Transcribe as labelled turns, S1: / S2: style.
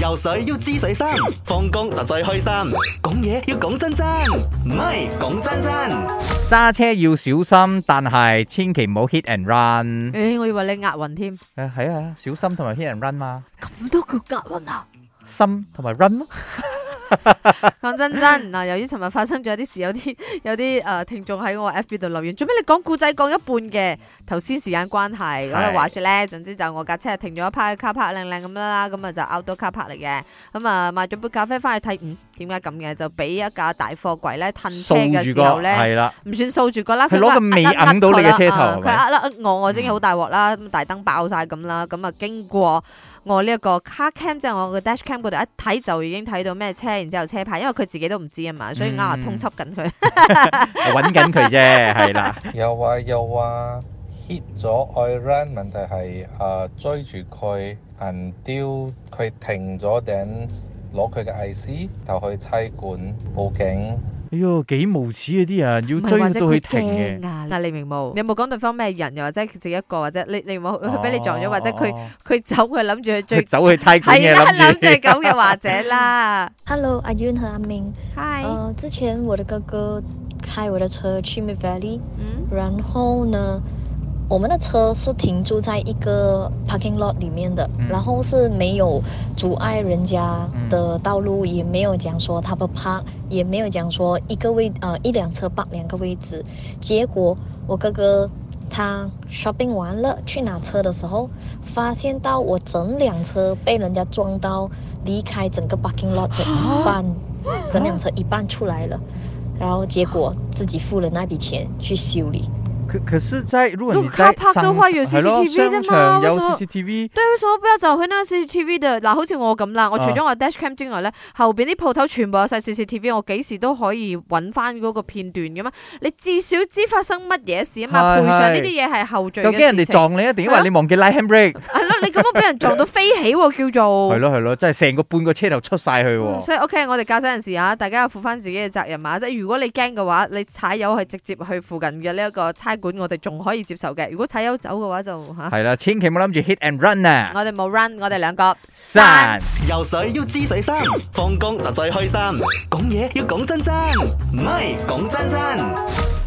S1: 游水要知水深，放工就最開心。講嘢要講真真，唔係講真真。
S2: 揸車要小心，但係千祈唔好 hit and run。
S3: 诶，我以為你押韻添，
S2: 誒係啊，小心同埋 hit and run 嘛，
S3: 咁都叫押韻啊！
S2: 心同埋 run 咯。
S3: 講真 真嗱，由於尋日發生咗一啲事，有啲有啲誒聽眾喺我 FB 度留言，做咩你講故仔講一半嘅？頭先時間關係，咁啊
S2: 係
S3: 話説咧，總之就我架車係停咗一排卡拍靚靚咁啦，咁啊就 outdoor 卡拍嚟嘅，咁啊買咗杯咖啡翻去睇，嗯點解咁嘅？就俾一架大貨櫃咧褪車嘅時候咧。
S2: 係啦，
S3: 唔算掃住個啦，
S2: 佢攞個尾揞到你嘅車頭係
S3: 佢
S2: 咪嗯
S3: 呃呃我，我真係好大鑊啦，咁大燈爆晒咁啦，咁啊經過我呢一個 car cam 即係我個 dash cam 嗰度一睇就已經睇到咩車，然之後車牌，因為佢自己都唔知啊嘛，所以呃啊
S2: 嗯
S3: 通緝緊佢。
S2: 我揾緊佢 啫，係啦。
S4: 又話又話 hit 咗愛 run，問題係啊追住佢銀雕，佢停咗頂攞佢嘅 IC 就去差館報警。
S2: 哎喲，幾無恥啊！啲人要
S3: 唔係
S2: 追
S3: 或者
S2: 到
S3: 佢
S2: 佢停嘅。
S3: 驚啊！但你明冇？你有冇講對方咩人，又或者佢自己一個，或者你你冇佢俾你撞咗，或者佢
S2: 哦
S3: 佢走，佢諗住去追
S2: 佢，走去差館
S3: 係
S2: 嘅
S3: 啦，諗
S2: 諗
S3: 住
S2: 住
S3: 係。咁嘅或者啦。
S5: Hello，阿 Yun 和阿明。
S3: 嗨，
S5: 呃，之前我的哥哥开我的车去 Mid Valley，
S3: 嗯
S5: 然后呢，我们的车是停驻在一个 parking lot 里面的，
S2: 嗯
S5: 然后是没有阻碍人家
S2: 嗯
S5: 的道路，也没有讲说他不 park，也没有讲说一个位呃一辆车 park 两个位置。结果我哥哥他 shopping 完了去拿车的时候，发现到我整辆车被人家撞到，离开整个 parking lot 的一半，整辆车一半出来了。然后结果自己付了那笔钱去修理。
S2: 可可是在，如果
S3: 如
S2: 你
S3: 果他
S2: 在
S3: 拍的
S2: 商
S3: 話有
S2: 係咯
S3: CCTV 的嘛
S2: 商場有
S3: 為什麼
S2: CCTV，
S3: 對，為什麼不要就去呢 CCTV 度？嗱，好似我咁啦，我除
S2: 啊
S3: 咗我 dash cam 之外咧，後邊啲鋪頭全部有晒 CCTV，我幾時都可以揾翻嗰個片段噶嘛。你至少知發生乜嘢事啊嘛，
S2: 係
S3: 賠償呢
S2: 係
S3: 啲嘢係後續
S2: 究
S3: 嘅
S2: 竟人哋
S3: 事情。
S2: 撞你一定因
S3: 係
S2: 為
S3: 咯
S2: 你忘記拉 handbrake？
S3: 係咯，你咁樣俾人撞到飛起喎，叫做
S2: 係。咯係咯，真係成個半個車頭出晒去
S3: 嗯
S2: 喎。
S3: 所以 OK，我哋駕駛人士啊，大家要負翻自己嘅責任啊！即係如果你驚嘅話，你踩油係直接去附近嘅呢一個差館，我哋仲可以接受嘅。如果踩油走嘅話就吓，
S2: 係啦，千祈唔好諗住 hit and run 啊！
S3: 我哋冇 run，我哋兩個
S2: 散。
S1: 游水要知水深，放工就最開心。講嘢要講真真，唔係講真真。